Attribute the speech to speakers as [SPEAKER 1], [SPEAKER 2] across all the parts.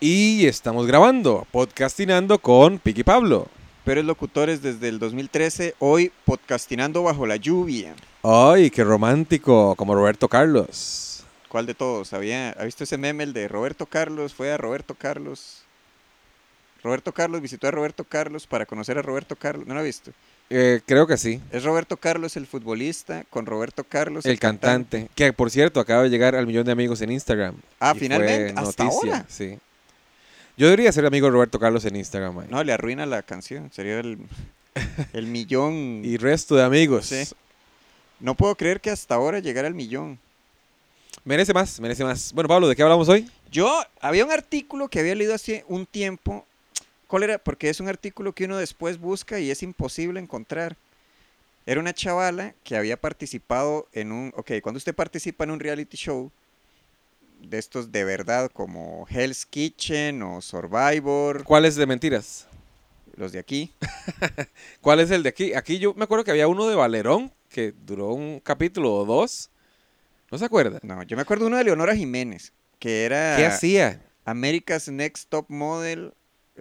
[SPEAKER 1] Y estamos grabando, podcastinando con Piqui Pablo.
[SPEAKER 2] Pero locutores desde el 2013, hoy podcastinando bajo la lluvia.
[SPEAKER 1] ¡Ay, qué romántico! Como Roberto Carlos.
[SPEAKER 2] ¿Cuál de todos? ¿Había, ¿Ha visto ese meme el de Roberto Carlos? Fue a Roberto Carlos. Roberto Carlos visitó a Roberto Carlos para conocer a Roberto Carlos. ¿No lo ha visto?
[SPEAKER 1] Eh, creo que sí.
[SPEAKER 2] Es Roberto Carlos el futbolista con Roberto Carlos
[SPEAKER 1] El, cantante. Que por cierto, acaba de llegar al millón de amigos en Instagram.
[SPEAKER 2] Ah,
[SPEAKER 1] Y
[SPEAKER 2] finalmente,
[SPEAKER 1] fue
[SPEAKER 2] hasta
[SPEAKER 1] noticia,
[SPEAKER 2] ahora.
[SPEAKER 1] Sí. Yo debería ser amigo de Roberto Carlos en Instagram. eh. mae.
[SPEAKER 2] No, le arruina la canción. Sería el, el millón.
[SPEAKER 1] Y resto de amigos.
[SPEAKER 2] Sí. No puedo creer que hasta ahora llegara al millón.
[SPEAKER 1] Merece más, merece más. Bueno, Pablo, ¿de qué hablamos hoy?
[SPEAKER 2] Yo, había un artículo que había leído hace un tiempo. ¿Cuál era? Porque es un artículo que uno después busca y es imposible encontrar. Era una chavala que había participado en un... Ok, cuando usted participa en un reality show, de estos de verdad, como Hell's Kitchen o Survivor,
[SPEAKER 1] ¿Cuál es de mentiras?
[SPEAKER 2] los de aquí,
[SPEAKER 1] ¿Cuál es el de aquí? Aquí yo me acuerdo que había uno de Valerón que duró un capítulo o dos. ¿No se acuerda?
[SPEAKER 2] No, yo me acuerdo uno de Leonora Jiménez, que era
[SPEAKER 1] ¿Qué hacía?
[SPEAKER 2] America's Next Top Model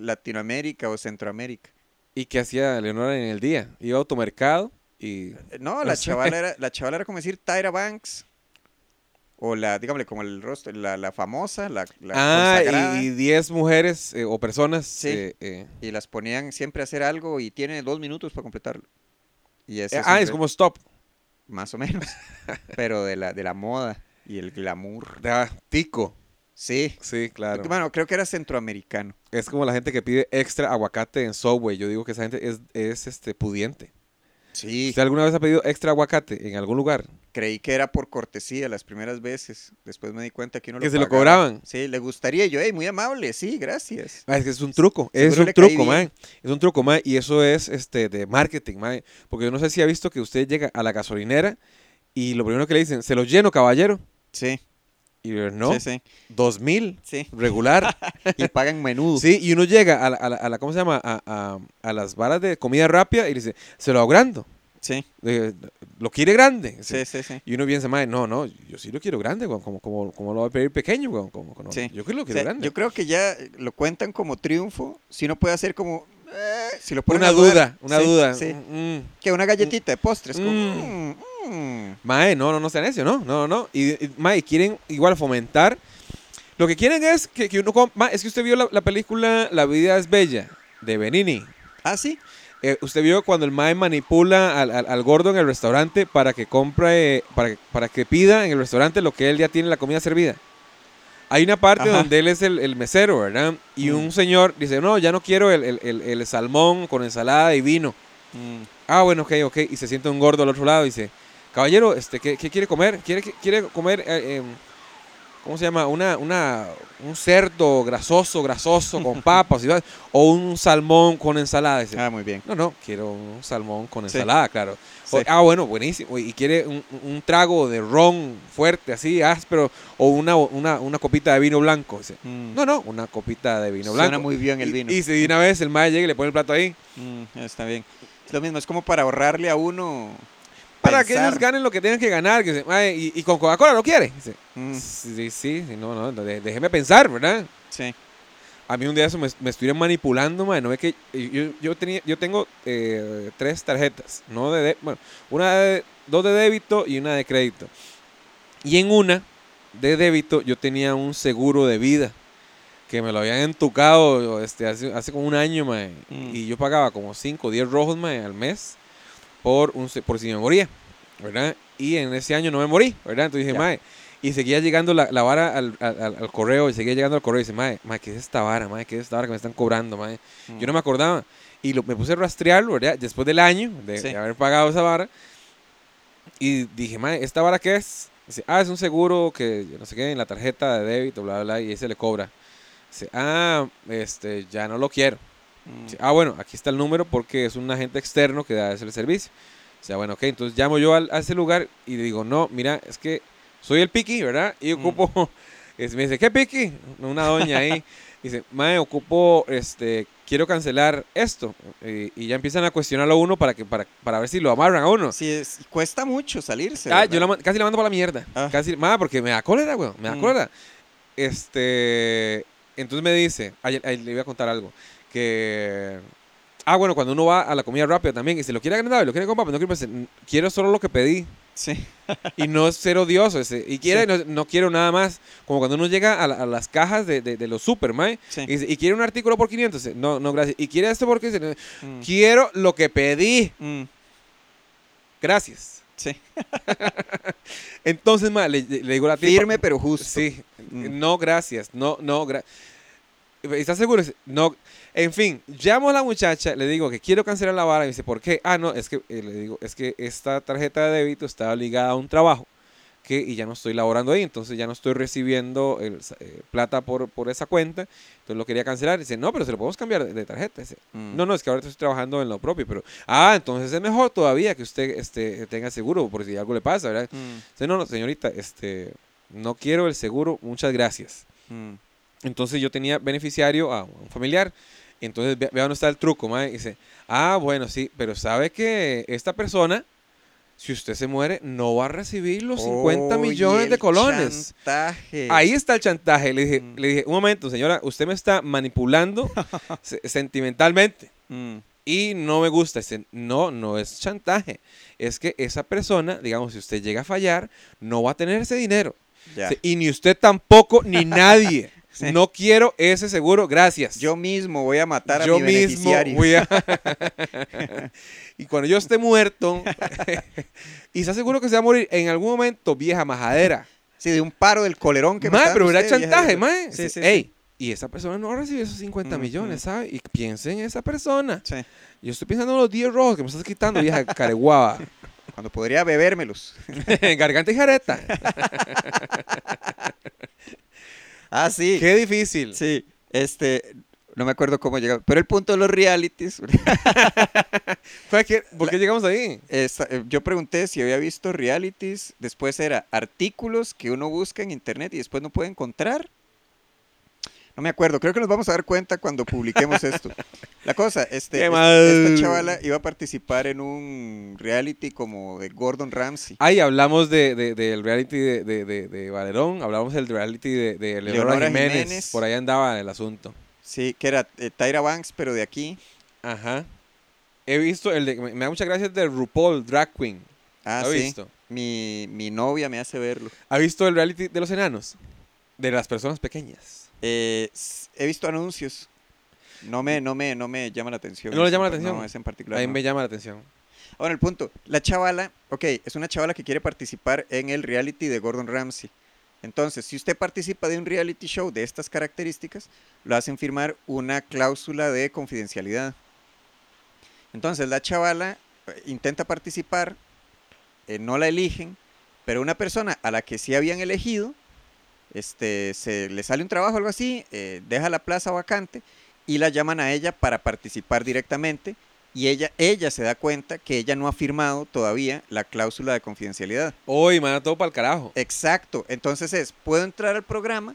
[SPEAKER 2] Latinoamérica o Centroamérica.
[SPEAKER 1] ¿Y qué hacía Leonora en el día? Iba a automercado y...
[SPEAKER 2] Eh, No,
[SPEAKER 1] No
[SPEAKER 2] la
[SPEAKER 1] sé.
[SPEAKER 2] chavala era, la chavala era como decir Tyra Banks. O la, dígame, como el rostro, la, la famosa, la, la
[SPEAKER 1] ah,
[SPEAKER 2] consagrada,
[SPEAKER 1] y- y 10 mujeres eh, o personas.
[SPEAKER 2] Sí.
[SPEAKER 1] eh, eh.
[SPEAKER 2] y las ponían siempre a hacer algo y tiene dos minutos para completarlo. Y eso
[SPEAKER 1] ah, es
[SPEAKER 2] siempre-
[SPEAKER 1] como stop.
[SPEAKER 2] Más o menos. pero de la, de la moda y el glamour.
[SPEAKER 1] Ah, tico.
[SPEAKER 2] Sí.
[SPEAKER 1] Sí, claro.
[SPEAKER 2] Bueno, creo que era centroamericano.
[SPEAKER 1] Es como la gente que pide extra aguacate en Subway. Yo digo que esa gente es, es, este, pudiente.
[SPEAKER 2] Sí.
[SPEAKER 1] ¿Usted alguna vez ha pedido extra aguacate en algún lugar?
[SPEAKER 2] Creí que era por cortesía las primeras veces. Después me di cuenta que uno
[SPEAKER 1] Que se lo cobraban.
[SPEAKER 2] Sí, le gustaría. Y Yo, hey, muy amable. Sí, gracias.
[SPEAKER 1] Ah, es que es un truco, es
[SPEAKER 2] Seguro
[SPEAKER 1] un
[SPEAKER 2] le caí
[SPEAKER 1] truco,
[SPEAKER 2] bien.
[SPEAKER 1] mae. Es un truco, mae. Y eso es este de marketing, mae. Porque yo no sé si ha visto que usted llega a la gasolinera y lo primero que le dicen, se lo lleno, caballero.
[SPEAKER 2] Sí,
[SPEAKER 1] Y yo, no,
[SPEAKER 2] sí, sí.
[SPEAKER 1] dos mil,
[SPEAKER 2] sí.
[SPEAKER 1] regular.
[SPEAKER 2] Y pagan menudo.
[SPEAKER 1] sí, y uno llega a la, a la- a la- ¿cómo se llama? A, a- a las varas de comida rápida y le dice, se lo hago grande.
[SPEAKER 2] Sí,
[SPEAKER 1] Eh, lo quiere grande.
[SPEAKER 2] sí, sí, sí.
[SPEAKER 1] Y uno piensa, mae, no, no, yo sí lo quiero grande, weón. Como, como, como lo voy a pedir pequeño, weón. Como, como-
[SPEAKER 2] Sí.
[SPEAKER 1] Yo creo que lo
[SPEAKER 2] O
[SPEAKER 1] quiero
[SPEAKER 2] sea,
[SPEAKER 1] Oh, grande.
[SPEAKER 2] yo creo que ya lo cuentan como triunfo. Si no puede hacer como. eh, si lo ponen
[SPEAKER 1] Una
[SPEAKER 2] a dudar.
[SPEAKER 1] duda, una
[SPEAKER 2] Sí,
[SPEAKER 1] duda.
[SPEAKER 2] sí.
[SPEAKER 1] Mm, mm.
[SPEAKER 2] Que una galletita de postres. como,
[SPEAKER 1] Mm.
[SPEAKER 2] mm, mm.
[SPEAKER 1] Mae, no, no, no sean eso, ¿no? No, no, no. Y, y, mae, quieren igual fomentar. Lo que quieren es que, que uno... com- Mae, es que usted vio la, la película La vida es bella, de Benini.
[SPEAKER 2] Ah, sí.
[SPEAKER 1] Eh, usted vio cuando el mae manipula al, al- al gordo en el restaurante para que compre, para, que- para que pida en el restaurante lo que él ya tiene la comida servida. Hay una parte
[SPEAKER 2] Ajá.
[SPEAKER 1] donde él es el, el mesero, ¿verdad? Y
[SPEAKER 2] Mm.
[SPEAKER 1] un señor dice, no, ya no quiero el, el- el- el salmón con ensalada y vino.
[SPEAKER 2] Mm.
[SPEAKER 1] Ah, bueno, ok, ok. Y se siente un gordo al otro lado y dice, caballero, este, ¿qué, qué quiere comer? ¿Quiere, que- quiere comer, eh, em, cómo se llama? Una, una, un cerdo grasoso, grasoso, con papas y va- o un salmón con ensalada. Dice,
[SPEAKER 2] Ah, muy bien.
[SPEAKER 1] no, no, quiero un salmón con
[SPEAKER 2] Sí.
[SPEAKER 1] ensalada, claro. O-
[SPEAKER 2] Sí.
[SPEAKER 1] ah, bueno, buenísimo. Y quiere un, un trago de ron fuerte, así, áspero, o una, una, una copita de vino blanco. Dice,
[SPEAKER 2] Mm.
[SPEAKER 1] no, no, una copita de vino
[SPEAKER 2] Suena
[SPEAKER 1] blanco.
[SPEAKER 2] muy bien el
[SPEAKER 1] Y-
[SPEAKER 2] vino.
[SPEAKER 1] Y, si de una vez el mae llega y le pone el plato ahí.
[SPEAKER 2] Mm, está bien. Es lo mismo, es como para ahorrarle a uno.
[SPEAKER 1] Para que
[SPEAKER 2] pensar.
[SPEAKER 1] ellos ganen lo que tengan que ganar. que dice, "Mae, y, y con Coca-Cola lo quiere. Dice,
[SPEAKER 2] Mm,
[SPEAKER 1] sí, sí, sí, no, no, de- déjeme pensar, ¿verdad?
[SPEAKER 2] sí.
[SPEAKER 1] A mí un día eso me, me estuvieron manipulando, mae, no es que yo, yo tenía, yo tengo eh, tres tarjetas, no de, dé- bueno, una de, dos de débito y una de crédito. Y en una de débito yo tenía un seguro de vida que me lo habían entucado este, hace, hace como un año, mae,
[SPEAKER 2] Mm.
[SPEAKER 1] y yo pagaba como 5 o 10 rojos mae, al mes por, un, se- por si me moría, ¿verdad? Y en ese año no me morí, ¿verdad? Entonces dije,
[SPEAKER 2] Ya.
[SPEAKER 1] mae, y seguía llegando la, la vara al, al- al- al correo, y seguía llegando al correo, y dice, mae, mae, ¿qué es esta vara, mae? ¿Qué es esta vara que me están cobrando, mae?
[SPEAKER 2] Mm.
[SPEAKER 1] Yo no me acordaba. Y lo, me puse a rastrearlo, ¿verdad? Después del año de,
[SPEAKER 2] Sí.
[SPEAKER 1] de haber pagado esa vara. Y dije, mae, ¿esta vara qué es? Dice, ah, es un seguro que, yo no sé qué, en la tarjeta de débito, bla, bla, bla, y ahí se le cobra. Dice, ah, este, ya no lo quiero.
[SPEAKER 2] Mm,
[SPEAKER 1] Dice, ah, bueno, aquí está el número porque es un agente externo que da ese servicio. O sea, bueno, ok, entonces llamo yo al- a ese lugar y le digo, no, mira, es que soy el piqui, ¿verdad? Y
[SPEAKER 2] Mm.
[SPEAKER 1] ocupo, es- me dice, ¿qué piqui? Una doña ahí. dice, mae, ocupo, este, quiero cancelar esto. Eh, y ya empiezan a cuestionarlo a uno para, que, para, para ver si lo amarran a uno.
[SPEAKER 2] Sí, es- cuesta mucho salirse.
[SPEAKER 1] Ah,
[SPEAKER 2] ¿verdad?
[SPEAKER 1] yo la man- casi la mando para la mierda.
[SPEAKER 2] Ah.
[SPEAKER 1] Casi, ma, porque me da cólera, weón. Me da
[SPEAKER 2] Mm.
[SPEAKER 1] cólera. Este. Entonces me dice, ay, ay, le voy a contar algo, que... Ah, bueno, cuando uno va a la comida rápida también, y si lo quiere agrandado y lo quiere con papas, no quiero, pues, quiero solo lo que pedí.
[SPEAKER 2] Sí.
[SPEAKER 1] Y no es ser odioso. ese, Y quiere,
[SPEAKER 2] Sí.
[SPEAKER 1] no, no quiero nada más. Como cuando uno llega a, la- a las cajas de, de- de los super, mae,
[SPEAKER 2] Sí.
[SPEAKER 1] y, dice, "¿Y quiere un artículo por 500. dice, No, no, gracias. Y quiere esto porque dice,
[SPEAKER 2] Mm,
[SPEAKER 1] quiero lo que pedí.
[SPEAKER 2] mm,
[SPEAKER 1] Gracias.
[SPEAKER 2] sí.
[SPEAKER 1] Entonces, mae, le, le digo a la tipa.
[SPEAKER 2] Firme pero justo.
[SPEAKER 1] Sí.
[SPEAKER 2] Mm.
[SPEAKER 1] No, gracias. No, no, gracias. ¿Estás seguro? Dice, No. En fin, llamo a la muchacha, le digo que quiero cancelar la vara. Y me dice, ¿por qué? Ah, no, es que, eh, le digo, es que esta tarjeta de débito está ligada a un trabajo que, y ya no estoy laborando ahí, entonces ya no estoy recibiendo el sa- eh, plata por, por esa cuenta. Entonces lo quería cancelar. Dice, no, pero se lo podemos cambiar de, de tarjeta. Dice,
[SPEAKER 2] Mm,
[SPEAKER 1] no, no, es que ahorita estoy trabajando en lo propio, pero... Ah, entonces es mejor todavía que usted este, tenga seguro, por si algo le pasa, ¿verdad?
[SPEAKER 2] mm,
[SPEAKER 1] Dice, no, no, señorita, este, no quiero el seguro, muchas gracias.
[SPEAKER 2] mm,
[SPEAKER 1] Entonces yo tenía beneficiario a un familiar. Entonces ve- vea dónde está el truco, mae. Dice, ah, bueno, sí, pero sabe que esta persona, si usted se muere, no va a recibir los 50
[SPEAKER 2] Oh, y
[SPEAKER 1] millones de
[SPEAKER 2] el
[SPEAKER 1] colones.
[SPEAKER 2] chantaje.
[SPEAKER 1] Ahí está el chantaje. Le dije,
[SPEAKER 2] Mm.
[SPEAKER 1] le dije, un momento, señora, usted me está manipulando se- sentimentalmente
[SPEAKER 2] Mm,
[SPEAKER 1] y no me gusta. Dice, no, no es chantaje. Es que esa persona, digamos, si usted llega a fallar, no va a tener ese dinero.
[SPEAKER 2] ya.
[SPEAKER 1] Sí, y ni usted tampoco, ni nadie.
[SPEAKER 2] Sí.
[SPEAKER 1] No quiero ese seguro, gracias.
[SPEAKER 2] Yo mismo voy a matar a
[SPEAKER 1] Yo
[SPEAKER 2] mi beneficiario.
[SPEAKER 1] voy a- y cuando yo esté muerto, y está seguro que se va a morir en algún momento, vieja majadera.
[SPEAKER 2] Sí, de un paro del colerón que me
[SPEAKER 1] Mae,
[SPEAKER 2] está
[SPEAKER 1] pero
[SPEAKER 2] dando
[SPEAKER 1] era
[SPEAKER 2] usted, vieja
[SPEAKER 1] chantaje,
[SPEAKER 2] de-
[SPEAKER 1] mae. Sí,
[SPEAKER 2] Sí, sí,
[SPEAKER 1] Ey, y esa persona no va a recibir esos 50
[SPEAKER 2] Mm,
[SPEAKER 1] millones,
[SPEAKER 2] mm.
[SPEAKER 1] ¿sabe? Y piense en esa persona.
[SPEAKER 2] Sí,
[SPEAKER 1] Yo estoy pensando en los 10 rojos que me estás quitando, vieja careguaba.
[SPEAKER 2] Cuando podría bebérmelos.
[SPEAKER 1] Garganta y jareta.
[SPEAKER 2] Ah, sí.
[SPEAKER 1] Qué difícil.
[SPEAKER 2] Sí, este, no me acuerdo cómo llegaba, pero el punto de los realities,
[SPEAKER 1] Fue que- ¿Por qué llegamos ahí?
[SPEAKER 2] esta- eh, yo pregunté si había visto realities, después era artículos que uno busca en internet y después no puede encontrar. No me acuerdo, creo que nos vamos a dar cuenta cuando publiquemos esto. La cosa, este,
[SPEAKER 1] Qué
[SPEAKER 2] es-
[SPEAKER 1] mal.
[SPEAKER 2] esta chavala iba a participar en un reality como de Gordon Ramsay.
[SPEAKER 1] Ahí hablamos de, de- del reality de, de, de- de Valerón, hablamos del reality de, de Leonora,
[SPEAKER 2] Leonora
[SPEAKER 1] Jiménez.
[SPEAKER 2] Jiménez.
[SPEAKER 1] Por ahí andaba el asunto.
[SPEAKER 2] Sí, que era eh, Tyra Banks, pero de aquí.
[SPEAKER 1] Ajá. He visto el de. Me me da muchas gracias de RuPaul, Drag Queen.
[SPEAKER 2] Ah,
[SPEAKER 1] ¿Lo ha
[SPEAKER 2] sí.
[SPEAKER 1] visto?
[SPEAKER 2] Mi, mi novia me hace verlo.
[SPEAKER 1] ¿Ha visto el reality de los enanos? De las personas pequeñas.
[SPEAKER 2] Eh, s- he visto anuncios. No me, no me, no me llama la atención.
[SPEAKER 1] ¿No le
[SPEAKER 2] ese
[SPEAKER 1] llama
[SPEAKER 2] en
[SPEAKER 1] la
[SPEAKER 2] par-
[SPEAKER 1] atención?
[SPEAKER 2] No, ese en particular.
[SPEAKER 1] Ahí
[SPEAKER 2] no.
[SPEAKER 1] me llama la atención.
[SPEAKER 2] Ahora el punto. La chavala, ok, es una chavala que quiere participar en el reality de Gordon Ramsay. Entonces, si usted participa de un reality show de estas características, lo hacen firmar una cláusula de confidencialidad. Entonces, la chavala eh, intenta participar, eh, no la eligen, pero una persona a la que sí habían elegido, este, se le sale un trabajo o algo así, eh, deja la plaza vacante y la llaman a ella para participar directamente y ella, ella se da cuenta que ella no ha firmado todavía la cláusula de confidencialidad.
[SPEAKER 1] Hoy, manda todo para el carajo.
[SPEAKER 2] Eh, Exacto. Entonces es, puedo entrar al programa,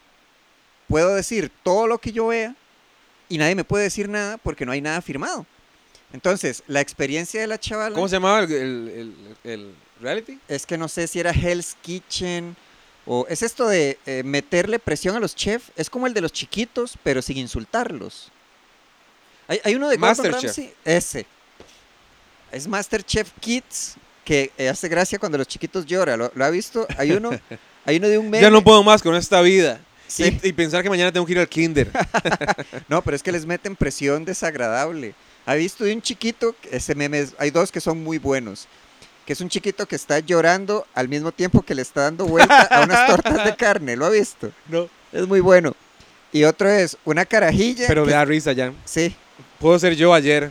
[SPEAKER 2] puedo decir todo lo que yo vea y nadie me puede decir nada porque no hay nada firmado. Entonces, la experiencia de la chavala
[SPEAKER 1] ¿Cómo se llamaba el, el- el- el reality?
[SPEAKER 2] es que no sé si era Hell's Kitchen o es esto de eh, meterle presión a los chefs. Es como el de los chiquitos, pero sin insultarlos. Hay, hay uno de Gordon
[SPEAKER 1] Masterchef.
[SPEAKER 2] Ramsay, ese. Es Masterchef Kids, que eh, hace gracia cuando los chiquitos lloran. ¿Lo, lo ha visto? Hay uno, hay uno de un meme.
[SPEAKER 1] Ya no puedo más con esta vida.
[SPEAKER 2] Sí.
[SPEAKER 1] Y, y pensar que mañana tengo que ir al kinder.
[SPEAKER 2] No, pero es que les meten presión desagradable. ¿Ha visto de un chiquito? Ese meme, es- hay dos que son muy buenos. Que es un chiquito que está llorando al mismo tiempo que le está dando vuelta a unas tortas de carne. ¿Lo ha visto?
[SPEAKER 1] No.
[SPEAKER 2] Es muy bueno. Y otro es una carajilla.
[SPEAKER 1] Pero
[SPEAKER 2] que-
[SPEAKER 1] me da risa ya.
[SPEAKER 2] Sí,
[SPEAKER 1] Puedo ser yo ayer.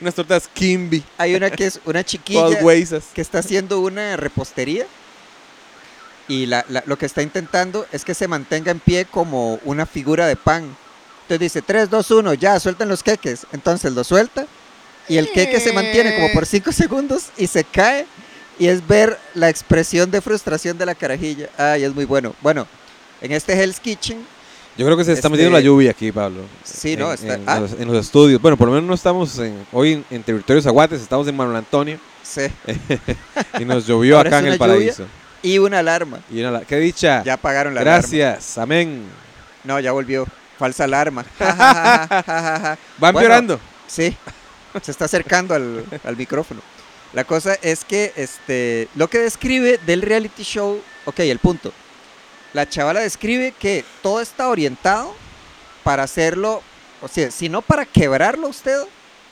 [SPEAKER 1] Unas tortas Kimby.
[SPEAKER 2] hay una que es una
[SPEAKER 1] Todas
[SPEAKER 2] chiquilla
[SPEAKER 1] huesas.
[SPEAKER 2] que está haciendo una repostería. Y la- la- lo que está intentando es que se mantenga en pie como una figura de pan. Entonces dice, 3, 2, 1, ya, suelten los queques. Entonces lo suelta y el queque se mantiene como por 5 segundos y se cae. Y es ver la expresión de frustración de la carajilla. Ay, es muy bueno. Bueno, en este Hell's Kitchen
[SPEAKER 1] Yo creo que se está
[SPEAKER 2] Este-
[SPEAKER 1] metiendo la lluvia aquí, Pablo.
[SPEAKER 2] Sí,
[SPEAKER 1] En-
[SPEAKER 2] no, está-
[SPEAKER 1] en,
[SPEAKER 2] ah.
[SPEAKER 1] los, en los estudios. Bueno, por lo menos no estamos en- hoy en, en territorio Zaguates, estamos en Manuel Antonio
[SPEAKER 2] se...
[SPEAKER 1] y nos llovió
[SPEAKER 2] Ahora
[SPEAKER 1] acá
[SPEAKER 2] es
[SPEAKER 1] en el
[SPEAKER 2] una lluvia.
[SPEAKER 1] paraíso.
[SPEAKER 2] Y una alarma.
[SPEAKER 1] Y una la- ¡Qué dicha!
[SPEAKER 2] Ya apagaron la alarma.
[SPEAKER 1] Gracias, amén.
[SPEAKER 2] No, ya volvió. Falsa alarma. Ja, ja, ja, ja, ja, ja.
[SPEAKER 1] Va
[SPEAKER 2] Bueno, eh.
[SPEAKER 1] empeorando.
[SPEAKER 2] Sí, se está acercando al, al micrófono. La cosa es que este, lo que describe del reality show, ok, el punto. La chavala describe que todo está orientado para hacerlo, o sea, si no para quebrarlo a usted,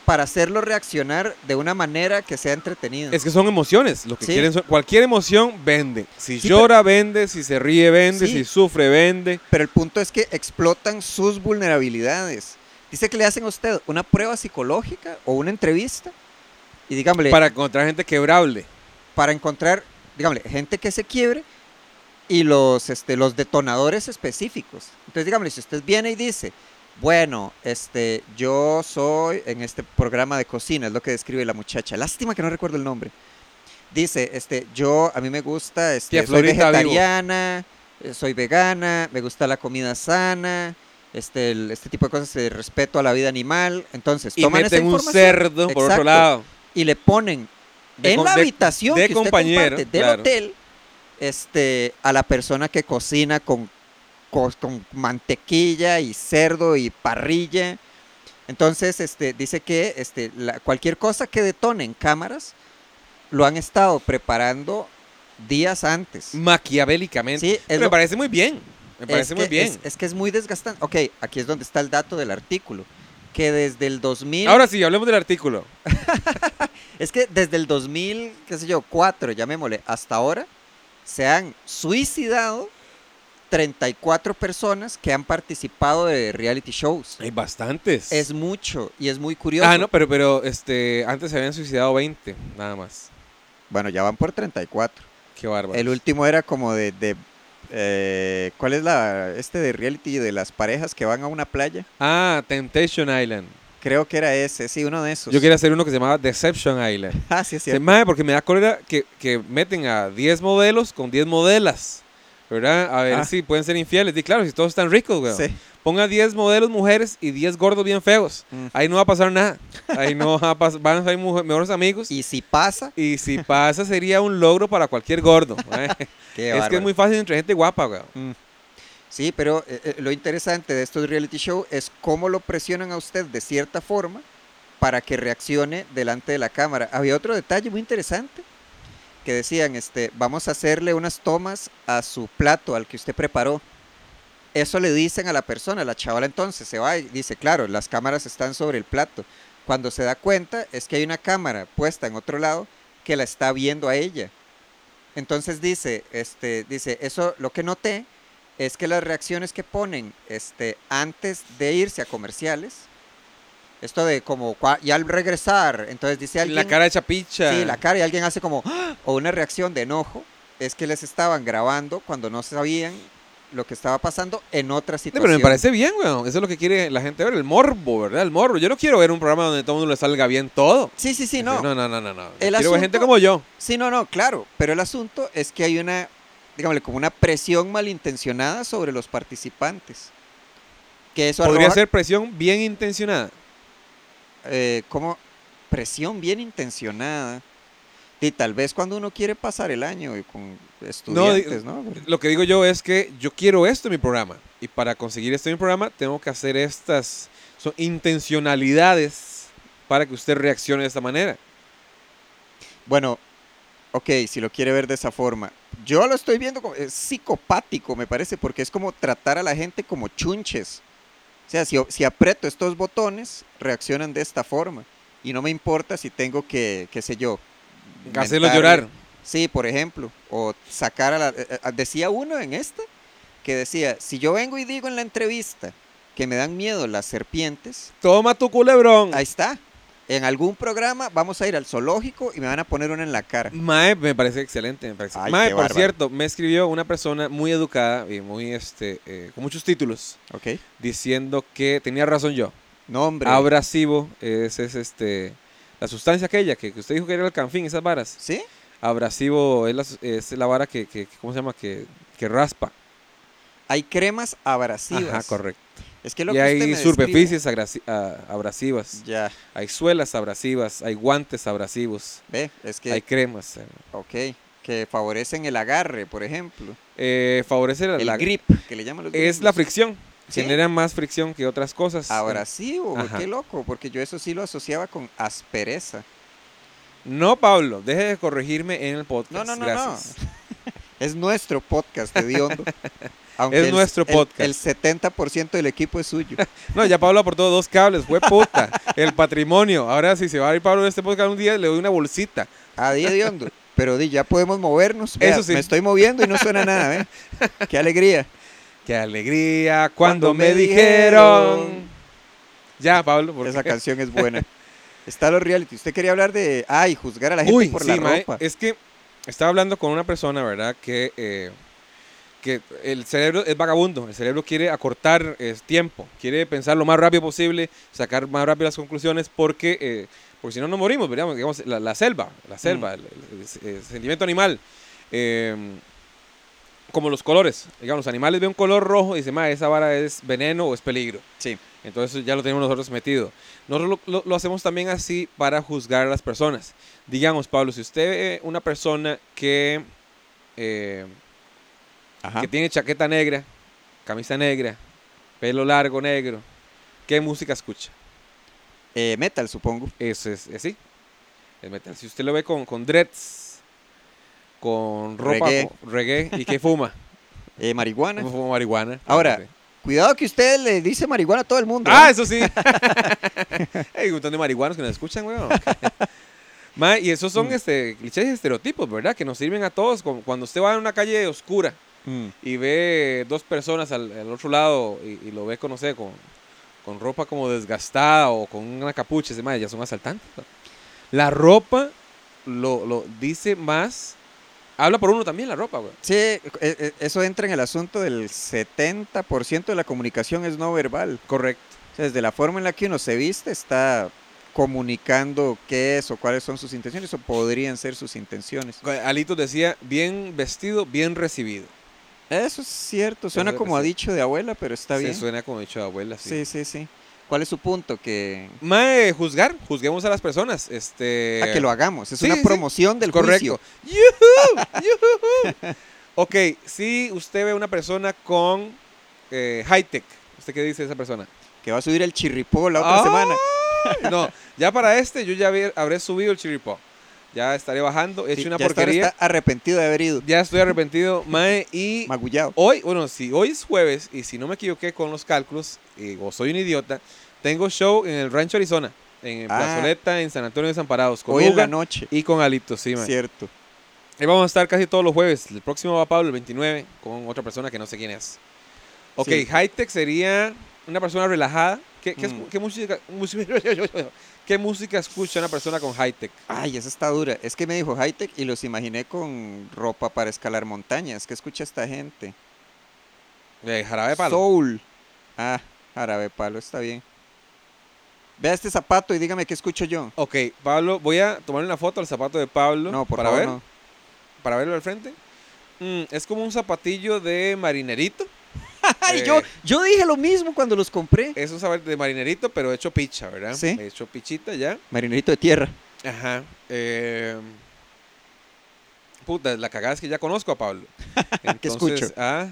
[SPEAKER 2] para hacerlo reaccionar de una manera que sea entretenida.
[SPEAKER 1] Es que son emociones. Lo que
[SPEAKER 2] Sí.
[SPEAKER 1] quieren son- Cualquier emoción vende. Si
[SPEAKER 2] Sí,
[SPEAKER 1] llora, vende. Si se ríe, vende.
[SPEAKER 2] Sí.
[SPEAKER 1] Si sufre, vende.
[SPEAKER 2] Pero el punto es que explotan sus vulnerabilidades. Dice que le hacen a usted una prueba psicológica o una entrevista y digámosle,
[SPEAKER 1] Para encontrar gente quebrable.
[SPEAKER 2] para encontrar, digámosle, gente que se quiebre y los, este, los detonadores específicos. Entonces, digámosle, si usted viene y dice, bueno, este, yo soy en este programa de cocina, es lo que describe la muchacha. Lástima que no recuerdo el nombre. Dice, este, yo, a mí me gusta, este,
[SPEAKER 1] Tía
[SPEAKER 2] soy
[SPEAKER 1] Florita Vivo.
[SPEAKER 2] vegetariana, eh, soy vegana, me gusta la comida sana, este, el- este tipo de cosas, eh, respeto a la vida animal. Entonces,
[SPEAKER 1] Y
[SPEAKER 2] toman esa
[SPEAKER 1] meten un
[SPEAKER 2] información,
[SPEAKER 1] cerdo por otro
[SPEAKER 2] exacto,
[SPEAKER 1] lado.
[SPEAKER 2] Y le ponen
[SPEAKER 1] De
[SPEAKER 2] en
[SPEAKER 1] con-
[SPEAKER 2] la
[SPEAKER 1] de-
[SPEAKER 2] habitación
[SPEAKER 1] de
[SPEAKER 2] que usted
[SPEAKER 1] compañero,
[SPEAKER 2] comparte del
[SPEAKER 1] claro.
[SPEAKER 2] hotel este, a la persona que cocina con, co- con mantequilla y cerdo y parrilla. Entonces, este, dice que este, la- cualquier cosa que detone en cámaras lo han estado preparando días antes.
[SPEAKER 1] Maquiavélicamente.
[SPEAKER 2] Sí, es
[SPEAKER 1] Pero
[SPEAKER 2] lo-
[SPEAKER 1] me parece muy bien. Me
[SPEAKER 2] es
[SPEAKER 1] parece
[SPEAKER 2] que,
[SPEAKER 1] muy bien.
[SPEAKER 2] Es, es que es muy desgastante. Ok, aquí es donde está el dato del artículo. Que desde el 2000...
[SPEAKER 1] Ahora sí, hablemos del artículo.
[SPEAKER 2] Es que desde el 2000, qué sé yo, 4, llamémosle, hasta ahora, se han suicidado 34 personas que han participado de reality shows.
[SPEAKER 1] Hay bastantes.
[SPEAKER 2] Es mucho y es muy curioso.
[SPEAKER 1] ah, no, pero, pero este, antes se habían suicidado 20, nada más.
[SPEAKER 2] Bueno, ya van por 34.
[SPEAKER 1] Qué bárbaro.
[SPEAKER 2] El último era como de... de, eh, ¿Cuál es la este de reality de las parejas que van a una playa?
[SPEAKER 1] Ah, Temptation Island.
[SPEAKER 2] Creo que era ese, sí, uno de esos.
[SPEAKER 1] Yo quería hacer uno que se llamaba Deception Island.
[SPEAKER 2] Ah, sí, es
[SPEAKER 1] Se
[SPEAKER 2] cierto.
[SPEAKER 1] mae, porque me da cólera que, que meten a 10 modelos con 10 modelas. ¿Verdad? A ver
[SPEAKER 2] Ah.
[SPEAKER 1] si pueden ser infieles. Y claro, si todos están ricos, weón.
[SPEAKER 2] Sí.
[SPEAKER 1] Ponga 10 modelos mujeres y 10 gordos bien feos.
[SPEAKER 2] Mm.
[SPEAKER 1] Ahí no va a pasar nada. Ahí no va a pasar. Van a ser muje- mejores amigos. Y,
[SPEAKER 2] Y si pasa,
[SPEAKER 1] si pasa, sería un logro para cualquier gordo. mae.
[SPEAKER 2] qué
[SPEAKER 1] es que
[SPEAKER 2] bárbaro.
[SPEAKER 1] es muy fácil entre gente guapa, weón.
[SPEAKER 2] Sí, pero eh, eh, lo interesante de estos reality show es cómo lo presionan a usted de cierta forma para que reaccione delante de la cámara. Había otro detalle muy interesante que decían, este, vamos a hacerle unas tomas a su plato, al que usted preparó. Eso le dicen a la persona, la chavala entonces se va y dice, claro, las cámaras están sobre el plato. Cuando se da cuenta es que hay una cámara puesta en otro lado que la está viendo a ella. Entonces dice, este, dice, eso lo que noté es que las reacciones que ponen este, antes de irse a comerciales, esto de como cua- y al regresar, entonces dice alguien
[SPEAKER 1] La cara de chapicha.
[SPEAKER 2] Sí, la cara y alguien hace como ¡Ah! o una reacción de enojo, es que les estaban grabando cuando no sabían lo que estaba pasando en otra
[SPEAKER 1] Sí,
[SPEAKER 2] situación.
[SPEAKER 1] pero me parece bien, weón. Eso es lo que quiere la gente ver, el morbo, ¿verdad? El morbo. Yo no quiero ver un programa donde todo el mundo le salga bien todo.
[SPEAKER 2] Sí, sí, sí,
[SPEAKER 1] Ese-
[SPEAKER 2] no.
[SPEAKER 1] No, no, no, no. no. Yo
[SPEAKER 2] El
[SPEAKER 1] quiero ver gente
[SPEAKER 2] asunto-
[SPEAKER 1] como yo.
[SPEAKER 2] Sí, no, no, claro, pero el asunto es que hay una digámosle como una presión malintencionada sobre los participantes. Que eso
[SPEAKER 1] Podría
[SPEAKER 2] arroja-
[SPEAKER 1] ser presión bien intencionada.
[SPEAKER 2] eh, como presión bien intencionada. Y tal vez cuando uno quiere pasar el año y con estudiantes, ¿no?
[SPEAKER 1] Lo que digo yo es que yo quiero esto en mi programa. Y para conseguir esto en mi programa, tengo que hacer estas son intencionalidades para que usted reaccione de esta manera.
[SPEAKER 2] Bueno, ok, si lo quiere ver de esa forma. Yo lo estoy viendo como es psicopático, me parece, porque es como tratar a la gente como chunches. O sea, si, si aprieto estos botones, reaccionan de esta forma. Y no me importa si tengo que, qué sé yo.
[SPEAKER 1] Hacerlo
[SPEAKER 2] mentarle-
[SPEAKER 1] llorar.
[SPEAKER 2] Sí, por ejemplo. O sacar a la... eh, eh, Decía uno en esta que decía, si yo vengo y digo en la entrevista que me dan miedo las serpientes,
[SPEAKER 1] Toma tu culebrón.
[SPEAKER 2] ahí está. En algún programa vamos a ir al zoológico y me van a poner una en la cara.
[SPEAKER 1] Mae, me parece excelente. Me parece.
[SPEAKER 2] Ay,
[SPEAKER 1] Mae,
[SPEAKER 2] qué
[SPEAKER 1] por
[SPEAKER 2] bárbaro.
[SPEAKER 1] cierto, me escribió una persona muy educada y muy, este, eh, con muchos títulos,
[SPEAKER 2] ¿Ok?
[SPEAKER 1] diciendo que tenía razón yo.
[SPEAKER 2] Nombre.
[SPEAKER 1] Abrasivo es, es este, la sustancia aquella que, que usted dijo que era el canfín, esas varas.
[SPEAKER 2] ¿Sí?
[SPEAKER 1] abrasivo es la, su- es la vara que, que- que- ¿cómo se llama? Que, que raspa.
[SPEAKER 2] Hay cremas abrasivas.
[SPEAKER 1] Ajá, correcto.
[SPEAKER 2] pues, Es que lo
[SPEAKER 1] Y
[SPEAKER 2] que usted
[SPEAKER 1] hay
[SPEAKER 2] me describe-
[SPEAKER 1] superficies agrasi- a- abrasivas,
[SPEAKER 2] Ya,
[SPEAKER 1] hay suelas abrasivas, hay guantes abrasivos,
[SPEAKER 2] ve, es que,
[SPEAKER 1] hay cremas. eh.
[SPEAKER 2] ok, que favorecen el agarre, por ejemplo.
[SPEAKER 1] Eh, favorecer a
[SPEAKER 2] El
[SPEAKER 1] la
[SPEAKER 2] grip, que le llaman los
[SPEAKER 1] es la
[SPEAKER 2] gringos.
[SPEAKER 1] fricción.
[SPEAKER 2] Sí.
[SPEAKER 1] generan más fricción que otras cosas.
[SPEAKER 2] Abrasivo,
[SPEAKER 1] Ajá.
[SPEAKER 2] qué loco, porque yo eso sí lo asociaba con aspereza.
[SPEAKER 1] No, Pablo, deje de corregirme en el podcast.
[SPEAKER 2] No, no, no,
[SPEAKER 1] Gracias.
[SPEAKER 2] Es nuestro podcast, hediondo. Aunque
[SPEAKER 1] Es nuestro podcast.
[SPEAKER 2] El, 70% del equipo es suyo.
[SPEAKER 1] No, ya Pablo aportó dos cables, fue puta. El patrimonio. Ahora si se va a ir Pablo de este podcast un día, le doy una bolsita.
[SPEAKER 2] A día hediondo. Pero di, ya podemos movernos. Vea,
[SPEAKER 1] Eso sí.
[SPEAKER 2] Me estoy moviendo y no suena nada, ¿ve? Qué alegría.
[SPEAKER 1] Qué alegría cuando, me dijeron. Ya, Pablo, porque
[SPEAKER 2] Esa canción es buena. Está los reality. Usted quería hablar de. Ay, juzgar a la gente
[SPEAKER 1] Uy,
[SPEAKER 2] por
[SPEAKER 1] sí, eh,
[SPEAKER 2] la
[SPEAKER 1] mae,
[SPEAKER 2] ropa.
[SPEAKER 1] es que estaba hablando con una persona, ¿verdad? Que, eh, que el cerebro es vagabundo, el cerebro quiere acortar eh, tiempo, quiere pensar lo más rápido posible, sacar más rápido las conclusiones, porque, eh, porque si no nos morimos, digamos, digamos, la, la selva, la selva, el, el- el- el sentimiento animal. eh, como los colores, digamos, los animales ven un color rojo y dicen, "Ma, esa vara es veneno o es peligro.
[SPEAKER 2] Sí.
[SPEAKER 1] Entonces ya lo tenemos nosotros metido. Nosotros lo, lo- lo hacemos también así para juzgar a las personas. Digamos, Pablo, si usted ve una persona que, eh,
[SPEAKER 2] Ajá.
[SPEAKER 1] que tiene chaqueta negra, camisa negra, pelo largo negro, ¿qué música escucha?
[SPEAKER 2] Eh, metal, supongo.
[SPEAKER 1] Eso es es así. El metal. Si usted lo ve con, con dreads, con ropa
[SPEAKER 2] Reggae.
[SPEAKER 1] con reggae y que fuma,
[SPEAKER 2] Eh, marihuana.
[SPEAKER 1] fuma marihuana.
[SPEAKER 2] Ahora,
[SPEAKER 1] obviamente.
[SPEAKER 2] Cuidado que usted le dice marihuana a todo el mundo.
[SPEAKER 1] Ah,
[SPEAKER 2] ¿eh?
[SPEAKER 1] eso sí. Hay un montón de marihuanos que nos escuchan, weón. Ma, y esos son
[SPEAKER 2] Mm.
[SPEAKER 1] este, clichés y estereotipos, ¿verdad? Que nos sirven a todos. Como Cuando usted va en una calle oscura
[SPEAKER 2] Mm.
[SPEAKER 1] y ve dos personas al, al otro lado y, y lo ve, con, no sé, con, con ropa como desgastada o con una capucha, ese, ma, ya son asaltantes. La ropa lo, lo dice más. Habla por uno también la ropa, weón.
[SPEAKER 2] Sí, eh, eh, eso entra en el asunto del 70% de la comunicación es no verbal.
[SPEAKER 1] Correcto.
[SPEAKER 2] O sea, desde la forma en la que uno se viste está comunicando qué es o cuáles son sus intenciones o podrían ser sus intenciones.
[SPEAKER 1] Alitos decía, bien vestido, bien recibido.
[SPEAKER 2] Eso es cierto, suena
[SPEAKER 1] Eso
[SPEAKER 2] como
[SPEAKER 1] es-
[SPEAKER 2] ha dicho de abuela, pero está
[SPEAKER 1] Se
[SPEAKER 2] bien.
[SPEAKER 1] suena como dicho de abuela, sí.
[SPEAKER 2] Sí, sí, sí. ¿Cuál es su punto? Que,
[SPEAKER 1] Mae, juzgar, juzguemos a las personas. Este,
[SPEAKER 2] a que lo hagamos. Es
[SPEAKER 1] sí,
[SPEAKER 2] una
[SPEAKER 1] sí,
[SPEAKER 2] promoción del
[SPEAKER 1] Correcto.
[SPEAKER 2] Correcto.
[SPEAKER 1] ¡Yujú! ¡Yujú! ok, si usted ve una persona con eh, high-tech, ¿usted qué dice de esa persona?
[SPEAKER 2] que va a subir el chirripó la otra
[SPEAKER 1] Ah,
[SPEAKER 2] semana.
[SPEAKER 1] No, ya para este yo ya había- habré subido el chiripó. Ya estaré bajando, he hecho
[SPEAKER 2] Sí,
[SPEAKER 1] una
[SPEAKER 2] ya hasta ahora
[SPEAKER 1] porquería.
[SPEAKER 2] Está arrepentido de haber ido,
[SPEAKER 1] Ya estoy arrepentido, mae, y
[SPEAKER 2] magullado.
[SPEAKER 1] hoy, bueno, si hoy es jueves y si no me equivoqué con los cálculos, eh, o soy un idiota, tengo show en el Rancho Arizona, en
[SPEAKER 2] Ah.
[SPEAKER 1] Plazoleta, en San Antonio de Desamparados, con
[SPEAKER 2] Hoy en la
[SPEAKER 1] Uga
[SPEAKER 2] noche.
[SPEAKER 1] y con Alito, sí, mae.
[SPEAKER 2] Cierto.
[SPEAKER 1] Ahí vamos a estar casi todos los jueves. El próximo va Pablo el 29 con otra persona que no sé quién es. Ok,
[SPEAKER 2] Sí.
[SPEAKER 1] high tech sería una persona relajada. ¿Qué, qué es-
[SPEAKER 2] Mm.
[SPEAKER 1] qué música, música- qué música escucha una persona con high tech?
[SPEAKER 2] Ay, esa está dura. Es que me dijo high-tech y los imaginé con ropa para escalar montañas. ¿Qué escucha esta gente?
[SPEAKER 1] Eh, jarabe de palo.
[SPEAKER 2] Soul. Ah, árabe palo, está bien. Vea este zapato y dígame qué escucho yo.
[SPEAKER 1] ok, Pablo, voy a tomar una foto al zapato de Pablo
[SPEAKER 2] No, por
[SPEAKER 1] para
[SPEAKER 2] favor,
[SPEAKER 1] ver,
[SPEAKER 2] no.
[SPEAKER 1] para verlo al frente. Mm, es como un zapatillo de marinerito.
[SPEAKER 2] Ay,
[SPEAKER 1] Eh,
[SPEAKER 2] yo, yo dije lo mismo cuando los compré.
[SPEAKER 1] Es un zapato de marinerito, pero hecho picha, ¿verdad?
[SPEAKER 2] Sí.
[SPEAKER 1] Hecho pichita ya.
[SPEAKER 2] Marinerito de tierra.
[SPEAKER 1] Ajá. eh, puta, la cagada es que ya conozco a Pablo.
[SPEAKER 2] ¿Qué escucho?
[SPEAKER 1] Entonces, Ah,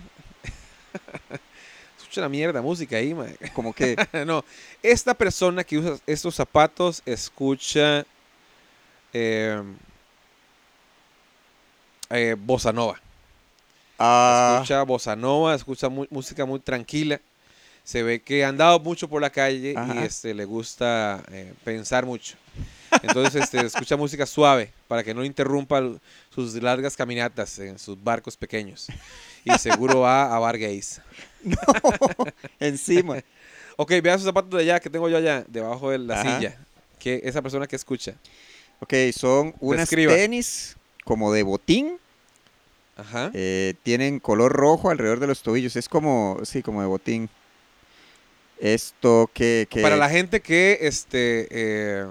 [SPEAKER 1] escucho la mierda música ahí, mae.
[SPEAKER 2] Como que
[SPEAKER 1] no, esta persona que usa estos zapatos escucha eh, eh, bossa nova.
[SPEAKER 2] ah,
[SPEAKER 1] Escucha bossa nova, escucha mu- música muy tranquila. Se ve que ha andado mucho por la calle
[SPEAKER 2] Ajá.
[SPEAKER 1] y este, le gusta eh, pensar mucho. Entonces este, escucha música suave para que no interrumpa l- sus largas caminatas en sus barcos pequeños. Y seguro va a bar gays.
[SPEAKER 2] encima.
[SPEAKER 1] Ok, vean sus zapatos de allá que tengo yo allá, debajo de la
[SPEAKER 2] Ajá.
[SPEAKER 1] silla. Que esa persona que escucha.
[SPEAKER 2] Ok, son unas
[SPEAKER 1] Describa.
[SPEAKER 2] tenis como de botín.
[SPEAKER 1] Ajá.
[SPEAKER 2] Eh, tienen color rojo alrededor de los tobillos. Es como, sí, como de botín. Esto que... que-
[SPEAKER 1] Para la gente que este eh,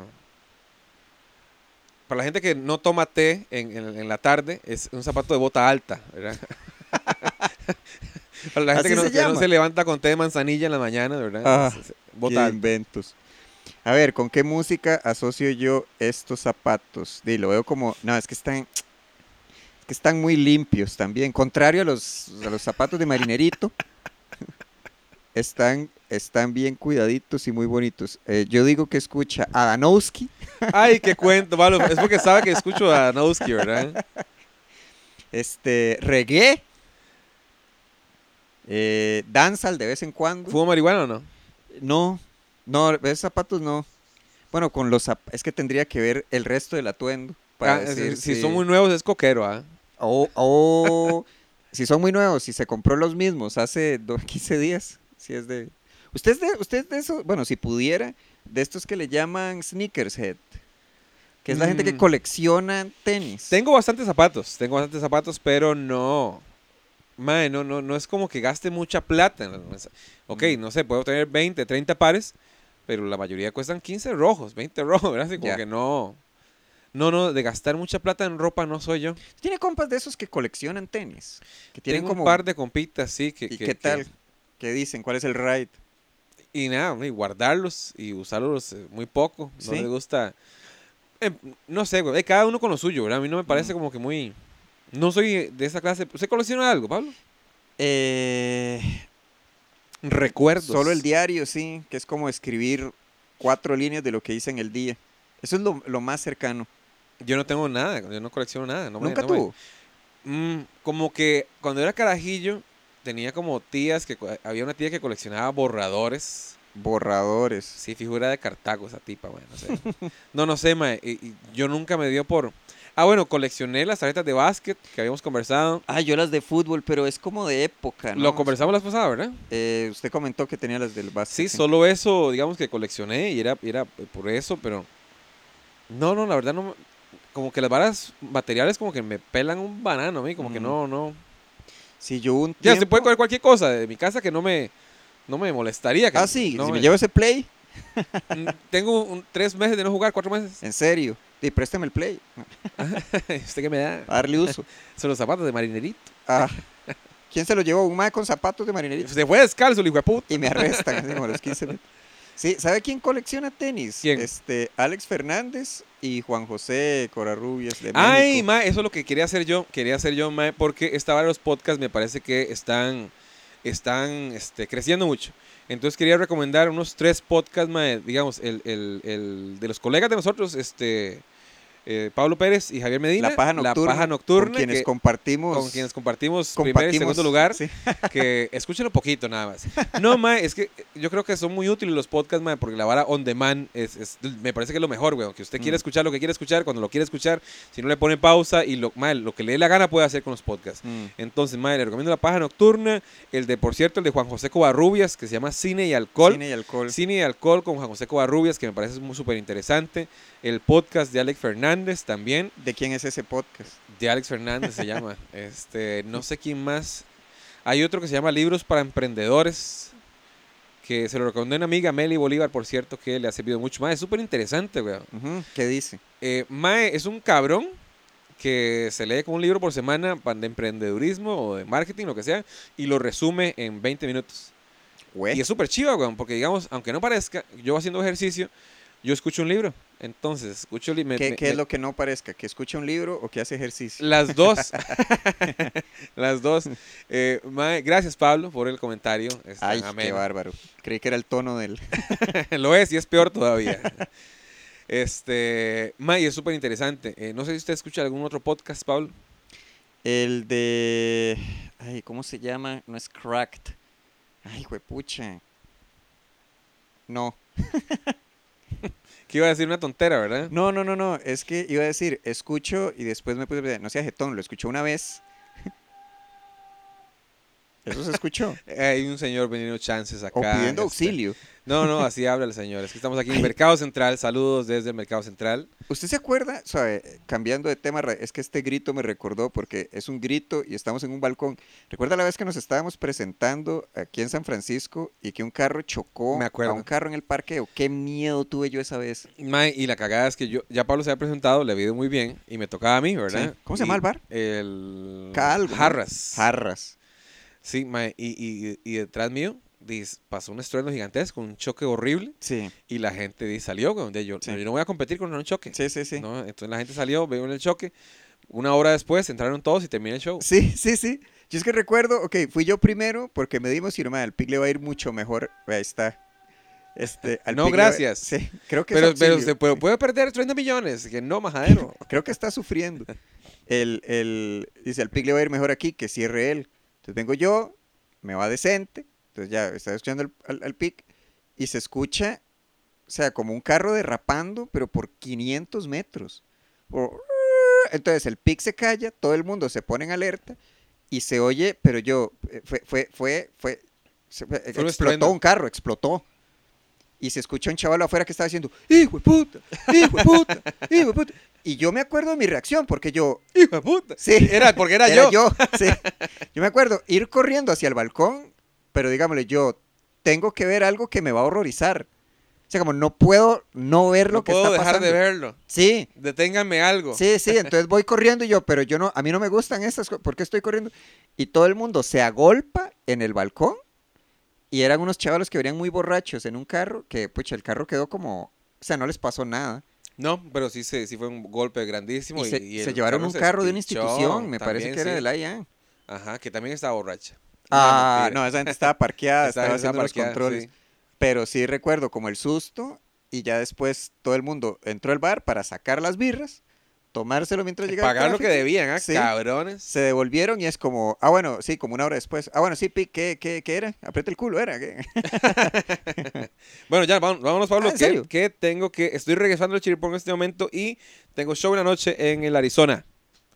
[SPEAKER 1] para la gente que no toma té en, en- en la tarde, es un zapato de bota alta, ¿verdad? para la gente
[SPEAKER 2] Así
[SPEAKER 1] que no,
[SPEAKER 2] se
[SPEAKER 1] que no
[SPEAKER 2] llama.
[SPEAKER 1] se levanta con té de manzanilla en la mañana, ¿verdad?
[SPEAKER 2] Ah,
[SPEAKER 1] Es- es
[SPEAKER 2] qué
[SPEAKER 1] bota alta.
[SPEAKER 2] inventos. A ver, ¿con qué música asocio yo estos zapatos? Di, lo veo como... No, es que están... es que están muy limpios también. Contrario a los, a los zapatos de marinerito. están, están bien cuidaditos y muy bonitos. Eh, yo digo que escucha a Danowski.
[SPEAKER 1] Ay, qué cuento, malo. Es porque sabe que escucho a Nowski, ¿verdad?
[SPEAKER 2] Este, reggae. Eh, danzal de vez en cuando.
[SPEAKER 1] ¿Fumo marihuana o no?
[SPEAKER 2] No, no, esos zapatos no. Bueno, con los zap- es que tendría que ver el resto del atuendo. Para
[SPEAKER 1] Ah, si,
[SPEAKER 2] decir
[SPEAKER 1] si son muy nuevos es coquero, ¿ah?
[SPEAKER 2] Oh, oh, si son muy nuevos, si se compró los mismos hace do- 15 días, si es de... Usted es de, usted es de eso, bueno, si pudiera, de estos que le llaman sneakershead, que es la gente que
[SPEAKER 1] Mm.
[SPEAKER 2] colecciona tenis.
[SPEAKER 1] Tengo bastantes zapatos, tengo bastantes zapatos, pero no. Mae, no, no, no es como que gaste mucha plata. en los- Ok,
[SPEAKER 2] Mm.
[SPEAKER 1] no sé, puedo tener 20, 30 pares, pero la mayoría cuestan 15 rojos, 20 rojos, ¿verdad? Así como
[SPEAKER 2] Ya.
[SPEAKER 1] que no. No, no, de gastar mucha plata en ropa no soy yo.
[SPEAKER 2] Tiene compas de esos que coleccionan tenis, que tienen
[SPEAKER 1] Tengo
[SPEAKER 2] como...
[SPEAKER 1] un par de compitas, sí. Que,
[SPEAKER 2] ¿Y
[SPEAKER 1] que-
[SPEAKER 2] qué
[SPEAKER 1] que-
[SPEAKER 2] tal? ¿Qué dicen? ¿Cuál es el ride?
[SPEAKER 1] y nada, y guardarlos y usarlos eh, muy poco. No
[SPEAKER 2] ¿Sí?
[SPEAKER 1] les gusta. eh, no sé, güey, eh, cada uno con lo suyo, ¿verdad? A mí no me parece
[SPEAKER 2] Mm.
[SPEAKER 1] como que muy. No soy de esa clase. ¿Usted colecciona algo, Pablo?
[SPEAKER 2] Eh,
[SPEAKER 1] Recuerdos.
[SPEAKER 2] Solo el diario, sí, que es como escribir cuatro líneas de lo que hice en el día. Eso es lo, lo más cercano.
[SPEAKER 1] Yo no tengo nada, yo no colecciono nada. no me-
[SPEAKER 2] Nunca
[SPEAKER 1] no me-
[SPEAKER 2] tuvo.
[SPEAKER 1] Mm, como que cuando era carajillo, tenía como tías que. co- Había una tía que coleccionaba borradores.
[SPEAKER 2] Borradores.
[SPEAKER 1] Sí, figura de Cartago esa tipa, güey. No sé, no, no sé mae, y- y yo nunca me dio por. Ah, bueno, coleccioné las tarjetas de básquet que habíamos conversado.
[SPEAKER 2] Ah, yo las de fútbol, pero es como de época, ¿no?
[SPEAKER 1] Lo conversamos la pasada, ¿verdad?
[SPEAKER 2] Eh, usted comentó que tenía las del básquet.
[SPEAKER 1] Sí, solo eso, digamos que coleccioné y era, y era por eso, pero. No, no, la verdad no. me- Como que las varas materiales como que me pelan un banano a mí, como que
[SPEAKER 2] Mm.
[SPEAKER 1] no, no.
[SPEAKER 2] Si yo hubo un
[SPEAKER 1] Ya, se
[SPEAKER 2] tiempo-
[SPEAKER 1] puede coger cualquier cosa de mi casa que no me, no me molestaría. que-
[SPEAKER 2] Ah, sí,
[SPEAKER 1] no
[SPEAKER 2] si me
[SPEAKER 1] me-
[SPEAKER 2] llevo ese play,
[SPEAKER 1] Mm, Tengo un- tres meses de no jugar, cuatro meses.
[SPEAKER 2] en serio. Y préstame el play,
[SPEAKER 1] ¿Usted qué me da?
[SPEAKER 2] a darle uso.
[SPEAKER 1] Son los zapatos de marinerito.
[SPEAKER 2] Ah, ¿Quién se lo llevó? Un mae con zapatos de marinerito.
[SPEAKER 1] Se fue descalzo, el hijo de puta.
[SPEAKER 2] Y me arrestan, así como a los 15 minutos. Sí, ¿sabe quién colecciona tenis?
[SPEAKER 1] ¿Quién?
[SPEAKER 2] Este, Alex Fernández y Juan José Corarrubias de
[SPEAKER 1] Ay,
[SPEAKER 2] México.
[SPEAKER 1] mae, eso es lo que quería hacer yo. Quería hacer yo, mae, porque esta vara de los podcasts me parece que están, están este, creciendo mucho. Entonces quería recomendar unos tres podcasts, mae, digamos, el, el- el de los colegas de nosotros, este, eh, Pablo Pérez y Javier Medina.
[SPEAKER 2] La paja nocturna.
[SPEAKER 1] La paja nocturna.
[SPEAKER 2] Con quienes
[SPEAKER 1] que-
[SPEAKER 2] compartimos.
[SPEAKER 1] con quienes compartimos, primer y
[SPEAKER 2] compartimos-
[SPEAKER 1] segundo lugar.
[SPEAKER 2] sí.
[SPEAKER 1] Que escúchenlo poquito nada más. No, mae, es que yo creo que son muy útiles los podcasts, mae, porque la vara on demand es, es- me parece que es lo mejor, weón. Que usted quiera
[SPEAKER 2] Mm.
[SPEAKER 1] escuchar lo que quiere escuchar, cuando lo quiere escuchar, si no le pone pausa y lo, mae, lo que le dé la gana puede hacer con los podcasts.
[SPEAKER 2] Mm.
[SPEAKER 1] Entonces, mae, le recomiendo La Paja Nocturna, el de, por cierto, el de Juan José Covarrubias, que se llama Cine y Alcohol.
[SPEAKER 2] Cine y alcohol.
[SPEAKER 1] Cine y Alcohol con Juan José Covarrubias, que me parece muy súper interesante. El podcast de Alex Fernández también,
[SPEAKER 2] ¿De quién es ese podcast?
[SPEAKER 1] de Alex Fernández se llama. Este, no sé quién más. Hay otro que se llama Libros para Emprendedores, que se lo recomendó una amiga, Meli Bolívar, por cierto, que le ha servido mucho. Mae, es súper interesante, weón.
[SPEAKER 2] Ujú, ¿Qué dice?
[SPEAKER 1] Eh, Mae es un cabrón que se lee como un libro por semana pan- de emprendedurismo o de marketing, lo que sea, y lo resume en 20 minutos.
[SPEAKER 2] Güey.
[SPEAKER 1] Y es súper chiva, weón, porque digamos, aunque no parezca, yo haciendo ejercicio, yo escucho un libro. Entonces, escucho... li- me-
[SPEAKER 2] ¿Qué,
[SPEAKER 1] me-
[SPEAKER 2] qué
[SPEAKER 1] me-
[SPEAKER 2] es lo que no parezca? ¿Que escucha un libro o que hace ejercicio?
[SPEAKER 1] las dos. Las dos. Eh, mae, gracias, Pablo, por el comentario. Este, Es tan
[SPEAKER 2] Ay, qué
[SPEAKER 1] ameno.
[SPEAKER 2] bárbaro. Creí que era el tono del.
[SPEAKER 1] Lo es y es peor todavía. Este, mae, y es súper interesante. Eh, no sé si usted escucha algún otro podcast, Pablo.
[SPEAKER 2] El de. Ay, ¿cómo se llama? No es cracked. Ay, pucha. No.
[SPEAKER 1] Que iba a decir una tontera, ¿verdad?
[SPEAKER 2] No, no, no, no. Es que iba a decir, escucho y después me puse. a pensar, No sea jetón, lo escuché una vez. Eso se escuchó.
[SPEAKER 1] Eh, Hay un señor vendiendo chances acá.
[SPEAKER 2] O pidiendo
[SPEAKER 1] este.
[SPEAKER 2] auxilio.
[SPEAKER 1] No, no, así habla el señor. Es que estamos aquí en Mercado Central. Saludos desde el Mercado Central.
[SPEAKER 2] ¿Usted se acuerda? Suave, cambiando de tema, ra- es que este grito me recordó porque es un grito y estamos en un balcón. ¿Recuerda la vez que nos estábamos presentando aquí en San Francisco y que un carro chocó
[SPEAKER 1] Me acuerdo.
[SPEAKER 2] a un carro en el parqueo? Qué miedo tuve yo esa vez.
[SPEAKER 1] Mae, y la cagada es que yo, ya Pablo se había presentado, le había ido muy bien y me tocaba a mí, ¿verdad?
[SPEAKER 2] Sí. ¿Cómo se
[SPEAKER 1] Y
[SPEAKER 2] llama el bar?
[SPEAKER 1] El.
[SPEAKER 2] Calvo, ¿no?
[SPEAKER 1] Jarras.
[SPEAKER 2] Jarras.
[SPEAKER 1] Sí, mae, y, y- y detrás mío dis- pasó un estruendo gigantesco, un choque horrible,
[SPEAKER 2] Sí,
[SPEAKER 1] y la gente di, salió, güey, de yo,
[SPEAKER 2] Sí.
[SPEAKER 1] yo no voy a competir con un choque.
[SPEAKER 2] sí, sí, sí.
[SPEAKER 1] ¿no? Entonces la gente salió, vieron el choque, una hora después entraron todos y terminó el show.
[SPEAKER 2] Sí, sí, sí. Yo es que recuerdo, ok, fui yo primero porque me dimos y no, madre, al pig le va a ir mucho mejor. Ahí está. Este, al
[SPEAKER 1] No,
[SPEAKER 2] pig le va-
[SPEAKER 1] gracias.
[SPEAKER 2] Sí, creo que es
[SPEAKER 1] Pero, pero
[SPEAKER 2] auxilio.
[SPEAKER 1] se puede, puede perder 30 millones, que no, majadero.
[SPEAKER 2] Creo que está sufriendo. El, el, dice, al pig le va a ir mejor aquí que cierre él. Entonces vengo yo, me va decente. Entonces ya está escuchando al, al, al pig y se escucha, o sea, como un carro derrapando, pero por 500 metros. O- Entonces el pig se calla, todo el mundo se pone en alerta y se oye, pero yo, eh, fue, fue, fue, fue, se- fue-
[SPEAKER 1] un
[SPEAKER 2] explotó
[SPEAKER 1] estruendo.
[SPEAKER 2] un carro, explotó. Y se escucha un chaval afuera que estaba diciendo, hijo de puta, hijo de puta, hijo de puta. Y yo me acuerdo de mi reacción, porque yo,
[SPEAKER 1] Hijo de puta.
[SPEAKER 2] Sí.
[SPEAKER 1] Era porque era,
[SPEAKER 2] era
[SPEAKER 1] yo.
[SPEAKER 2] yo. sí. Yo me acuerdo ir corriendo hacia el balcón, pero digámosle, yo tengo que ver algo que me va a horrorizar. O sea, como no puedo no ver lo
[SPEAKER 1] No
[SPEAKER 2] que
[SPEAKER 1] puedo
[SPEAKER 2] está
[SPEAKER 1] dejar
[SPEAKER 2] pasando.
[SPEAKER 1] de verlo.
[SPEAKER 2] Sí,
[SPEAKER 1] Deténganme algo.
[SPEAKER 2] sí, sí. Entonces voy corriendo y yo, pero yo no, a mí no me gustan estas cosas. ¿Por qué estoy corriendo? Y todo el mundo se agolpa en el balcón y eran unos chavalos que venían muy borrachos en un carro que, pucha, el carro quedó como, o sea, no les pasó nada.
[SPEAKER 1] No, pero sí, se, sí fue un golpe grandísimo.
[SPEAKER 2] Y
[SPEAKER 1] Y,
[SPEAKER 2] se,
[SPEAKER 1] y
[SPEAKER 2] se
[SPEAKER 1] el
[SPEAKER 2] llevaron un
[SPEAKER 1] se
[SPEAKER 2] carro de una
[SPEAKER 1] espichó,
[SPEAKER 2] institución, me parece
[SPEAKER 1] también,
[SPEAKER 2] que era
[SPEAKER 1] sí.
[SPEAKER 2] de la IA.
[SPEAKER 1] Ajá, que también estaba borracha.
[SPEAKER 2] Ah,
[SPEAKER 1] mentira.
[SPEAKER 2] no, esa gente estaba parqueada, estaba,
[SPEAKER 1] haciendo
[SPEAKER 2] haciendo los
[SPEAKER 1] parqueada,
[SPEAKER 2] controles.
[SPEAKER 1] sí.
[SPEAKER 2] Pero sí recuerdo como el susto y ya después todo el mundo entró al bar para sacar las birras, tomárselo mientras llegaba. el
[SPEAKER 1] Eh, Pagar lo que
[SPEAKER 2] Pues tráfico,
[SPEAKER 1] debían, ah,
[SPEAKER 2] Sí.
[SPEAKER 1] cabrones.
[SPEAKER 2] Se devolvieron y es como, ah, bueno, sí, como una hora después. Ah, bueno, sí, Pi, ¿qué, qué, qué era? Aprieta el culo, ¿era? ¿Qué?
[SPEAKER 1] Bueno, ya, vamos- vámonos, Pablo.
[SPEAKER 2] Ah, ¿en
[SPEAKER 1] que-
[SPEAKER 2] serio?
[SPEAKER 1] Que, tengo que. Estoy regresando al Chiripón en este momento y tengo show en la noche en el Arizona.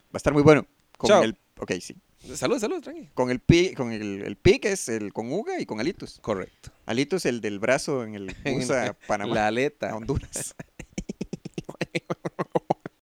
[SPEAKER 2] Va a estar muy bueno. Con
[SPEAKER 1] Chao.
[SPEAKER 2] el, ok, sí.
[SPEAKER 1] Salud, salud, tranqui.
[SPEAKER 2] Con el Pi, con el, el Pi, que es el con Uga y con Alitos.
[SPEAKER 1] Correcto.
[SPEAKER 2] Alitos, el del brazo en el USA, Panamá,
[SPEAKER 1] La
[SPEAKER 2] a
[SPEAKER 1] aleta.
[SPEAKER 2] Honduras.